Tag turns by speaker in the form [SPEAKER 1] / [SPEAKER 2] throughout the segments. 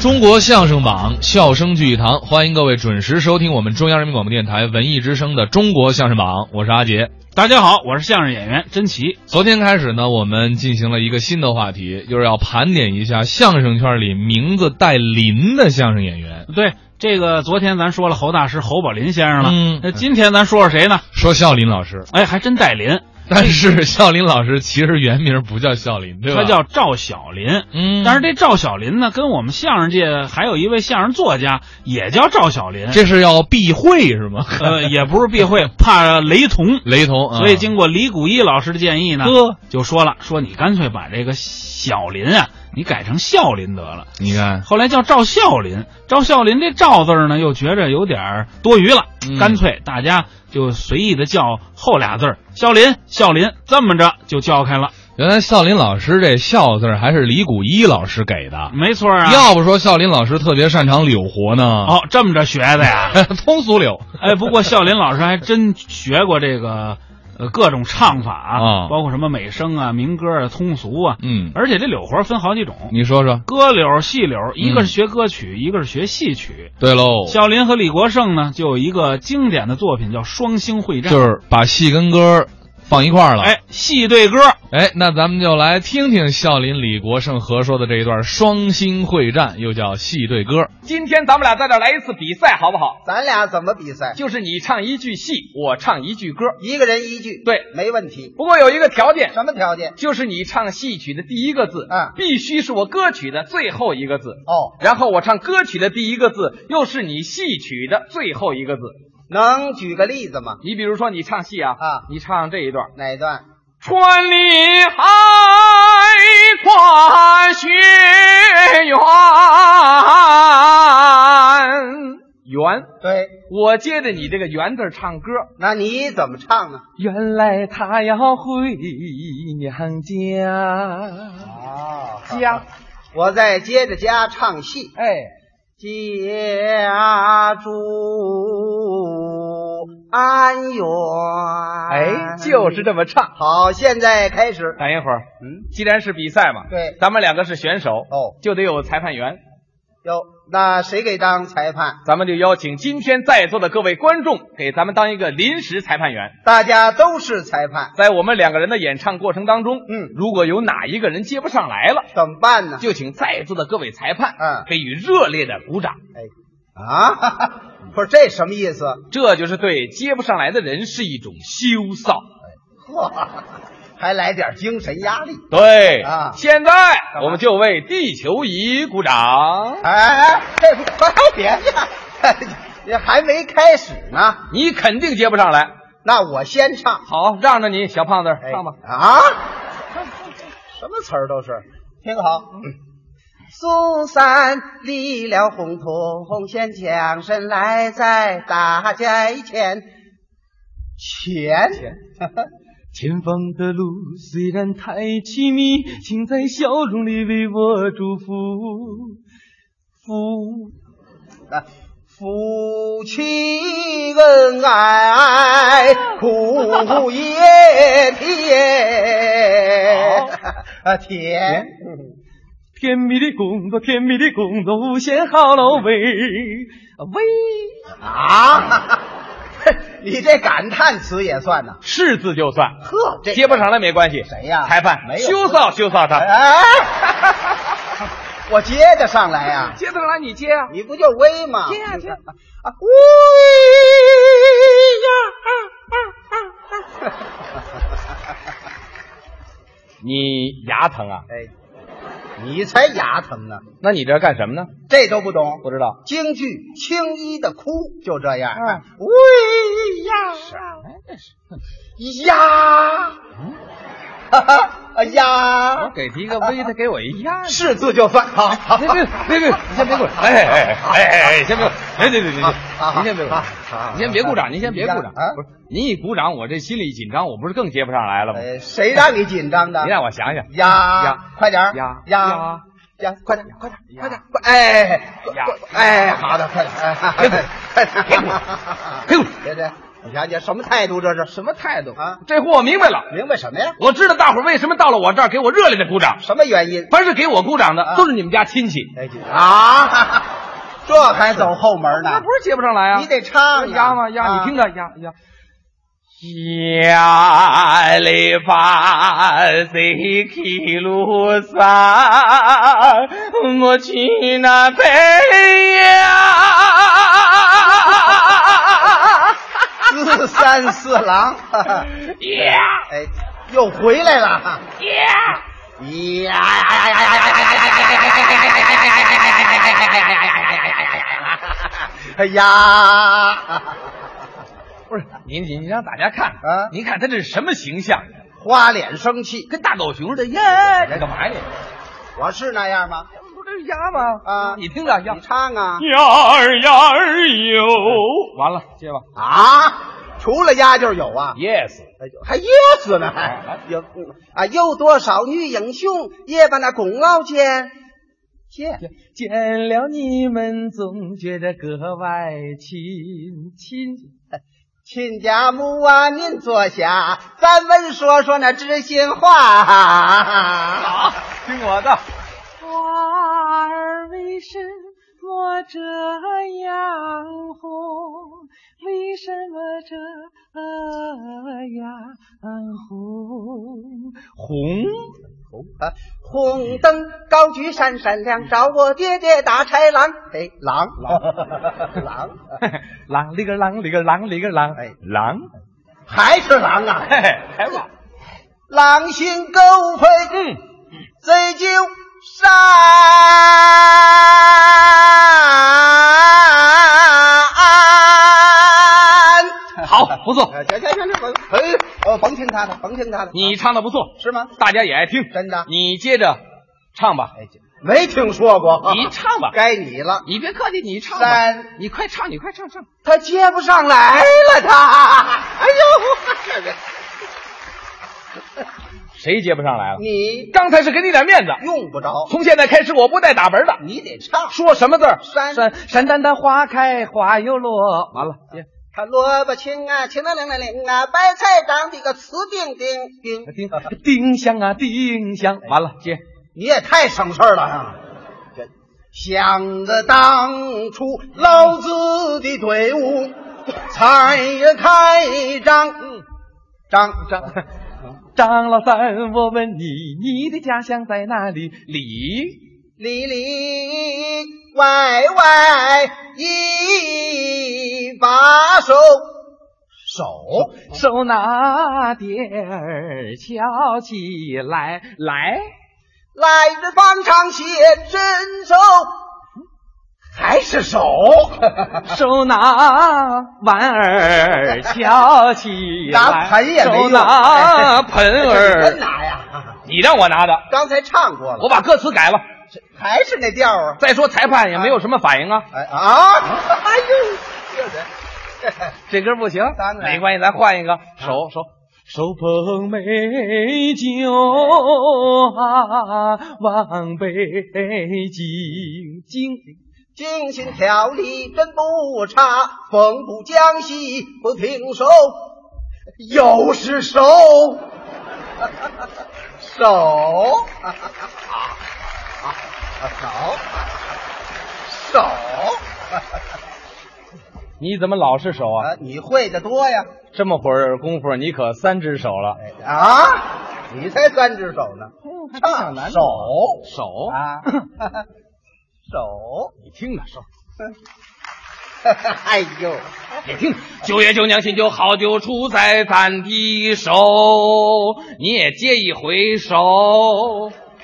[SPEAKER 1] 中国相声榜，笑声聚一堂，欢迎各位准时收听我们中央人民广播电台文艺之声的《中国相声榜》，我是阿杰。
[SPEAKER 2] 大家好，我是相声演员甄奇。
[SPEAKER 1] 昨天开始呢，我们进行了一个新的话题，就是要盘点一下相声圈里名字带“林”的相声演员。
[SPEAKER 2] 对，这个昨天咱说了侯大师侯宝林先生了，
[SPEAKER 1] 嗯
[SPEAKER 2] 那今天咱说说谁呢？
[SPEAKER 1] 说笑林老师，
[SPEAKER 2] 哎，还真带林，
[SPEAKER 1] 但是笑林老师其实原名不叫笑林，对吧？
[SPEAKER 2] 他叫赵小林。
[SPEAKER 1] 嗯，
[SPEAKER 2] 但是这赵小林呢，跟我们相声界还有一位相声作家也叫赵小林，
[SPEAKER 1] 这是要避讳是 吗？
[SPEAKER 2] 呃也不是避讳，怕雷同，
[SPEAKER 1] 雷同，啊
[SPEAKER 2] 所以经过李谷一老师的建议呢，
[SPEAKER 1] 呵
[SPEAKER 2] 就说了，说你干脆把这个小林啊，你改成孝林得了。
[SPEAKER 1] 你看，
[SPEAKER 2] 后来叫赵孝林，赵孝林这赵字儿呢，又觉着有点儿多余了，
[SPEAKER 1] 嗯
[SPEAKER 2] 干脆大家就随意的叫后俩字儿孝林、孝林，这么着就叫开了。
[SPEAKER 1] 原来笑林老师这“笑”字儿还是李谷一老师给的。
[SPEAKER 2] 没错啊。
[SPEAKER 1] 要不说笑林老师特别擅长柳活呢？
[SPEAKER 2] 哦，这么着学的呀？
[SPEAKER 1] 通俗柳，
[SPEAKER 2] 哎，不过孝林老师还真学过这个，呃，各种唱法
[SPEAKER 1] 啊
[SPEAKER 2] 包括什么美声啊、民歌啊、通俗啊，
[SPEAKER 1] 嗯，
[SPEAKER 2] 而且这柳活分好几种，
[SPEAKER 1] 你说说。
[SPEAKER 2] 歌柳、戏柳，一
[SPEAKER 1] 嗯
[SPEAKER 2] 个是学歌曲，一个是学戏曲。
[SPEAKER 1] 对喽，
[SPEAKER 2] 孝林和李国盛呢，就有一个经典的作品叫《双星会战》
[SPEAKER 1] 就。是把戏跟歌放一块
[SPEAKER 3] 啊
[SPEAKER 1] 儿了。
[SPEAKER 2] 哎，戏对歌，
[SPEAKER 1] 哎，那咱们就来听听笑林李国盛合说的这一段双星会战，又叫戏对歌。
[SPEAKER 3] 今天咱们俩在这儿来一次比赛，好不好？
[SPEAKER 4] 咱俩怎么比赛？
[SPEAKER 3] 就是你唱一句戏，我唱一句歌。
[SPEAKER 4] 一个人一句，
[SPEAKER 3] 对，
[SPEAKER 4] 没问题。
[SPEAKER 3] 不过有一个条件，
[SPEAKER 4] 什么条件？
[SPEAKER 3] 就是你唱戏曲的第一个字，
[SPEAKER 4] 嗯
[SPEAKER 3] 必须是我歌曲的最后一个字。
[SPEAKER 4] 哦，
[SPEAKER 3] 然后我唱歌曲的第一个字，又是你戏曲的最后一个字。
[SPEAKER 4] 能举个例子吗？
[SPEAKER 3] 你比如说，你唱戏啊，
[SPEAKER 4] 啊
[SPEAKER 3] 你唱这一段，
[SPEAKER 4] 哪段？
[SPEAKER 3] 穿林海，跨雪原，原，
[SPEAKER 4] 对，
[SPEAKER 3] 我接着你这个“原”字儿唱歌，
[SPEAKER 4] 那你怎么唱呢？
[SPEAKER 3] 原来他要回娘家。
[SPEAKER 4] 哦
[SPEAKER 3] 家，
[SPEAKER 4] 我再接着家唱戏。
[SPEAKER 3] 哎，
[SPEAKER 4] 家住安远。
[SPEAKER 3] 哎，就是这么唱。
[SPEAKER 4] 好，现在开始。
[SPEAKER 3] 等一会儿，
[SPEAKER 4] 嗯，
[SPEAKER 3] 既然是比赛嘛，
[SPEAKER 4] 对
[SPEAKER 3] 咱们两个是选手，
[SPEAKER 4] 哦
[SPEAKER 3] 就得有裁判员。
[SPEAKER 4] 哟，那谁给当裁判？
[SPEAKER 3] 咱们就邀请今天在座的各位观众给咱们当一个临时裁判员，
[SPEAKER 4] 大家都是裁判，
[SPEAKER 3] 在我们两个人的演唱过程当中，
[SPEAKER 4] 嗯
[SPEAKER 3] 如果有哪一个人接不上来了，
[SPEAKER 4] 怎么办呢？
[SPEAKER 3] 就请在座的各位裁判，
[SPEAKER 4] 嗯
[SPEAKER 3] 给予热烈的鼓掌。
[SPEAKER 4] 哎，啊， 不是这什么意思？
[SPEAKER 3] 这就是对接不上来的人是一种羞臊。
[SPEAKER 4] 嚯，还来点精神压力。
[SPEAKER 3] 对
[SPEAKER 4] 啊
[SPEAKER 3] 现在我们就为地球仪鼓掌。
[SPEAKER 4] 哎哎，哎这不快别介， 这还没开始呢。
[SPEAKER 3] 你肯定接不上来，
[SPEAKER 4] 那我先唱，
[SPEAKER 3] 好，让着你，小胖子，
[SPEAKER 4] 哎
[SPEAKER 3] 唱吧。
[SPEAKER 4] 啊！ 什么词儿都是，听好。
[SPEAKER 3] 嗯
[SPEAKER 4] 苏三立了红图，红线强身来在大街前，前
[SPEAKER 5] 前方的路虽然太凄迷，请在笑容里为我祝福。福，
[SPEAKER 4] 啊夫妻恩爱苦也甜， 啊甜，
[SPEAKER 5] 甜蜜的工作，甜蜜的工作，无限好了喂喂，
[SPEAKER 4] 啊，你这感叹词也算呐？
[SPEAKER 3] 是字就算，
[SPEAKER 4] 呵，这
[SPEAKER 3] 接不上来没关系。
[SPEAKER 4] 谁呀
[SPEAKER 3] 裁判，
[SPEAKER 4] 没有
[SPEAKER 3] 羞臊羞臊他，
[SPEAKER 4] 哎， 我接着上来呀、
[SPEAKER 3] 接得上来你接啊。
[SPEAKER 4] 你不就威吗？
[SPEAKER 3] 接呀接呀
[SPEAKER 4] 啊，威呀！啊啊啊啊
[SPEAKER 3] 你牙疼啊？
[SPEAKER 4] 哎，你才牙疼呢，
[SPEAKER 3] 那你这干什么呢？
[SPEAKER 4] 这都不懂。
[SPEAKER 3] 不知道。
[SPEAKER 4] 京剧青衣的哭就这样。
[SPEAKER 3] 嗯啊
[SPEAKER 4] 喂呀！什么呀？嗯哈哈，啊
[SPEAKER 3] 我
[SPEAKER 4] 呀！
[SPEAKER 3] 给他一个微的，给我一压。
[SPEAKER 4] 是字就算。好，好，
[SPEAKER 3] 别别别别，你先别鼓掌！哎哎哎哎哎哎，先别，哎对对对
[SPEAKER 4] 啊啊
[SPEAKER 3] 对，您先别鼓掌
[SPEAKER 4] 啊啊，
[SPEAKER 3] 您先别鼓掌，您先别鼓掌
[SPEAKER 4] 啊。
[SPEAKER 3] 不是，您一鼓掌，我这心里一紧张，我不是更接不上来了吗？
[SPEAKER 4] 呃，谁让你紧张的？
[SPEAKER 3] 您让我想想，
[SPEAKER 4] 呀
[SPEAKER 3] 呀，
[SPEAKER 4] 快点儿
[SPEAKER 3] 呀
[SPEAKER 4] 呀呀，快点儿，快点儿，快点儿，快哎，快
[SPEAKER 3] 呀
[SPEAKER 4] 快哎，好的，快点儿，哎
[SPEAKER 3] 别滚别滚别滚
[SPEAKER 4] 别别，你瞧瞧，什么态度这是？
[SPEAKER 5] 什么态度？
[SPEAKER 4] 啊，
[SPEAKER 3] 这货我明白了，
[SPEAKER 4] 明白什么呀？
[SPEAKER 3] 我知道大伙儿为什么到了我这儿给我热烈的鼓掌。
[SPEAKER 4] 什么原因？
[SPEAKER 3] 凡是给我鼓掌的，
[SPEAKER 4] 啊
[SPEAKER 3] 都是你们家亲戚。
[SPEAKER 4] 哎啊，这还走后门
[SPEAKER 3] 那
[SPEAKER 4] 呢
[SPEAKER 3] 不？是接不上来啊！
[SPEAKER 4] 你得唱呀
[SPEAKER 3] 压嘛压，
[SPEAKER 4] 啊
[SPEAKER 3] 你听他压压。压里发谁去路上？我去那北呀！
[SPEAKER 4] 四三四 郎，哈哈
[SPEAKER 3] 呀
[SPEAKER 4] 哎，又回来了。
[SPEAKER 3] 呀！
[SPEAKER 4] 哎呀呀呀呀呀呀呀呀呀呀呀呀呀呀呀哎呀，
[SPEAKER 3] 不是您，您您让大家看看
[SPEAKER 4] 啊
[SPEAKER 3] 您看他这是什么形象呀？
[SPEAKER 4] 花脸生气，
[SPEAKER 3] 跟大狗熊似的呀！这干嘛呀？
[SPEAKER 4] 我是那样吗？
[SPEAKER 3] 哎不是鸭吗？
[SPEAKER 4] 啊
[SPEAKER 3] 你听着，鸭
[SPEAKER 4] 你唱啊
[SPEAKER 2] 呀儿呀儿哟，
[SPEAKER 3] 完了，接吧。
[SPEAKER 4] 啊！除了鸭就是有啊，
[SPEAKER 3] Yes，
[SPEAKER 4] 哎呦还噎死呢，还有啊，又多少女英雄也把那公傲见见
[SPEAKER 5] 见了你们总觉得格外亲亲。
[SPEAKER 4] 亲家母啊，您坐下，咱们说说那知心话。
[SPEAKER 3] 好，听我的。
[SPEAKER 5] 花儿为什么这样红？为什么这样红？红
[SPEAKER 4] 啊，红灯高举闪闪亮，照我爹爹打豺狼。哎，狼狼狼，
[SPEAKER 5] 狼里个狼里个狼里个狼，
[SPEAKER 4] 哎
[SPEAKER 5] 狼
[SPEAKER 4] 还是狼啊！
[SPEAKER 3] 嘿，来吧。
[SPEAKER 4] 狼心狗肺，嗯，醉酒杀。
[SPEAKER 3] 好，不错，
[SPEAKER 4] 行行行，甭哎，哦，甭听他的，甭听他的，
[SPEAKER 3] 你唱的不错，
[SPEAKER 4] 是吗？
[SPEAKER 3] 大家也爱听。
[SPEAKER 4] 真的
[SPEAKER 3] 你接着唱吧，
[SPEAKER 4] 没听说过，
[SPEAKER 3] 你唱吧，
[SPEAKER 4] 该你了，
[SPEAKER 3] 你别客气，你唱吧，
[SPEAKER 4] 三，
[SPEAKER 3] 你快唱，你快唱唱。
[SPEAKER 4] 他接不上来了，他， 哎呦，这个
[SPEAKER 3] 谁接不上来了？
[SPEAKER 4] 你
[SPEAKER 3] 刚才是给你点面子，
[SPEAKER 4] 用不着，
[SPEAKER 3] 从现在开始我不带打门的。
[SPEAKER 4] 你得唱。
[SPEAKER 3] 说什么字儿？
[SPEAKER 4] 山
[SPEAKER 5] 山山丹丹花开花又落，完了，
[SPEAKER 4] 他萝卜青啊，青的灵灵灵啊，白菜长得个直丁丁丁。
[SPEAKER 5] 丁丁香啊丁香，完了接
[SPEAKER 4] 你也太省事儿了啊！这想着当初老子的队伍 才开张，嗯张张
[SPEAKER 5] 张老三，我问你，你的家乡在哪里？里
[SPEAKER 4] 里里外外一把手，手
[SPEAKER 5] 手拿点儿敲起来，来
[SPEAKER 4] 来日方长写真手，还是手。
[SPEAKER 5] 手拿碗儿敲起
[SPEAKER 4] 拿
[SPEAKER 5] 来，
[SPEAKER 4] 盆也没
[SPEAKER 5] 手
[SPEAKER 4] 用
[SPEAKER 5] 拿盆
[SPEAKER 4] 真
[SPEAKER 5] 儿，
[SPEAKER 4] 拿呀！
[SPEAKER 3] 你让我拿的，
[SPEAKER 4] 刚才唱过了，
[SPEAKER 3] 我把歌词改了。
[SPEAKER 4] 还是那调啊！
[SPEAKER 3] 再说裁判也没有什么反应啊，
[SPEAKER 4] 哎啊！ 哎呦，这人
[SPEAKER 3] 这歌不行
[SPEAKER 4] 当，然
[SPEAKER 3] 没关系，咱换一个。手手，
[SPEAKER 5] 手捧美酒啊，往北京京。
[SPEAKER 4] 精心调理真不差，缝补浆隙不停手，又是 手，手 啊手手
[SPEAKER 3] 你怎么老是手啊？
[SPEAKER 4] 啊！你会的多呀！
[SPEAKER 3] 这么会儿功夫，你可三只手了。
[SPEAKER 4] 哎啊，你才三只手呢，
[SPEAKER 3] 哎
[SPEAKER 4] 唱手
[SPEAKER 3] 手
[SPEAKER 4] 啊，手，
[SPEAKER 3] 你听着，手。
[SPEAKER 4] 哎呦，
[SPEAKER 3] 你听，九爷九娘新酒好酒出在咱的手，你也接一回手，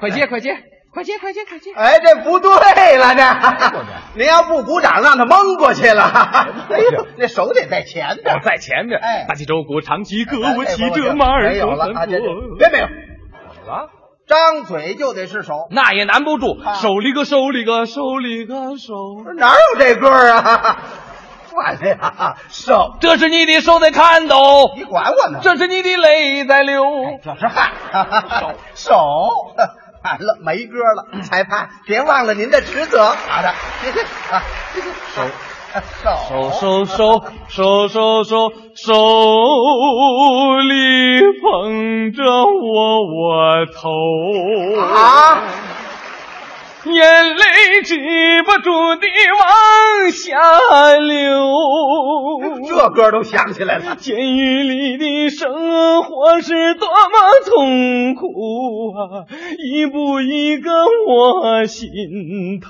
[SPEAKER 3] 快接快接快接快接快接！
[SPEAKER 4] 哎，这不对了， 这您要不鼓掌，让他蒙过去了。 哎呦，那手得在前边
[SPEAKER 3] 我。在前面
[SPEAKER 4] 哎，
[SPEAKER 3] 打起周鼓，长旗歌，
[SPEAKER 4] 哎
[SPEAKER 3] 我骑
[SPEAKER 4] 不
[SPEAKER 3] 着
[SPEAKER 4] 行
[SPEAKER 3] 马儿
[SPEAKER 4] 没有
[SPEAKER 3] 过
[SPEAKER 4] 了啊！
[SPEAKER 3] 山
[SPEAKER 4] 这
[SPEAKER 3] 坡。
[SPEAKER 4] 这别没有，
[SPEAKER 3] 啊，
[SPEAKER 4] 张嘴就得是手，
[SPEAKER 3] 那也难不住，
[SPEAKER 4] 啊
[SPEAKER 3] 手里个手里个手里个手，
[SPEAKER 4] 哪有这歌啊？ 算了呀，手，
[SPEAKER 3] 这是你的手在颤抖，
[SPEAKER 4] 你管我呢？
[SPEAKER 3] 这是你的泪在流。
[SPEAKER 4] 这是汗，手手。完了，没歌了，裁判，别忘了您的职责。好的，谢谢啊，谢谢。手
[SPEAKER 2] 手手手手手手手里捧着窝窝头
[SPEAKER 4] 啊！
[SPEAKER 2] 眼泪止不住地往下流。
[SPEAKER 4] 这歌都想起来了。
[SPEAKER 2] 监狱里的生活是多么痛苦啊，一步一个我心头。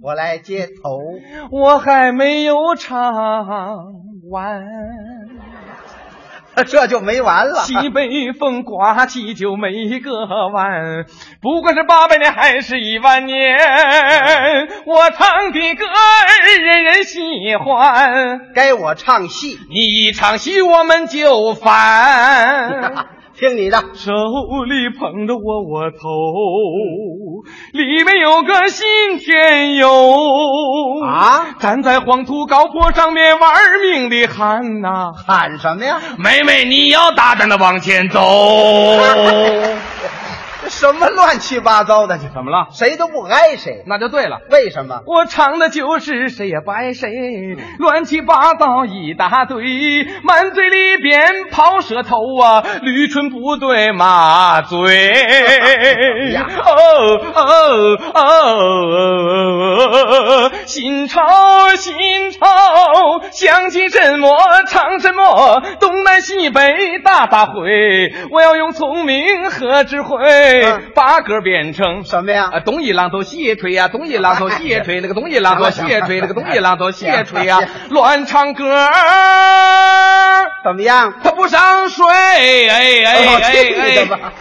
[SPEAKER 4] 我来接头，
[SPEAKER 2] 我还没有唱完，
[SPEAKER 4] 这就没完 了。
[SPEAKER 2] 西北风刮起就没个弯，不管是八百年还是一万年，我唱的歌儿人人喜欢。
[SPEAKER 4] 该我唱戏，
[SPEAKER 2] 你一唱戏我们就
[SPEAKER 4] 嗯
[SPEAKER 2] 烦。
[SPEAKER 4] 听你的。
[SPEAKER 2] 手里捧着窝窝头，里面有个信天游
[SPEAKER 4] 啊
[SPEAKER 2] 站在黄土高坡上面玩命的喊呐、
[SPEAKER 4] 喊什么呀？
[SPEAKER 3] 妹妹，你要大胆的往前走。
[SPEAKER 4] 这 什么乱七八糟的？
[SPEAKER 2] 怎么了？
[SPEAKER 4] 谁都不挨谁，
[SPEAKER 2] 那就对了。
[SPEAKER 4] 为什么？
[SPEAKER 2] 我唱的就是谁也不爱谁，乱七八糟一大堆，满嘴里边跑舌头啊，驴唇不对马嘴。
[SPEAKER 4] 呀
[SPEAKER 2] 哦哦哦哦，心愁心愁，想起什么唱什么，东南西北大大会，我要用聪明和智慧
[SPEAKER 4] 嗯
[SPEAKER 2] 把歌变成。
[SPEAKER 4] 什么呀？
[SPEAKER 2] 啊，东一榔头西一锤呀、东一榔头西一锤，那个东一榔头西一锤，那个东一榔头西一锤呀、乱唱歌儿
[SPEAKER 4] 怎么样？
[SPEAKER 2] 他不上水，哎哎哎哎，
[SPEAKER 4] 哦哦这个吧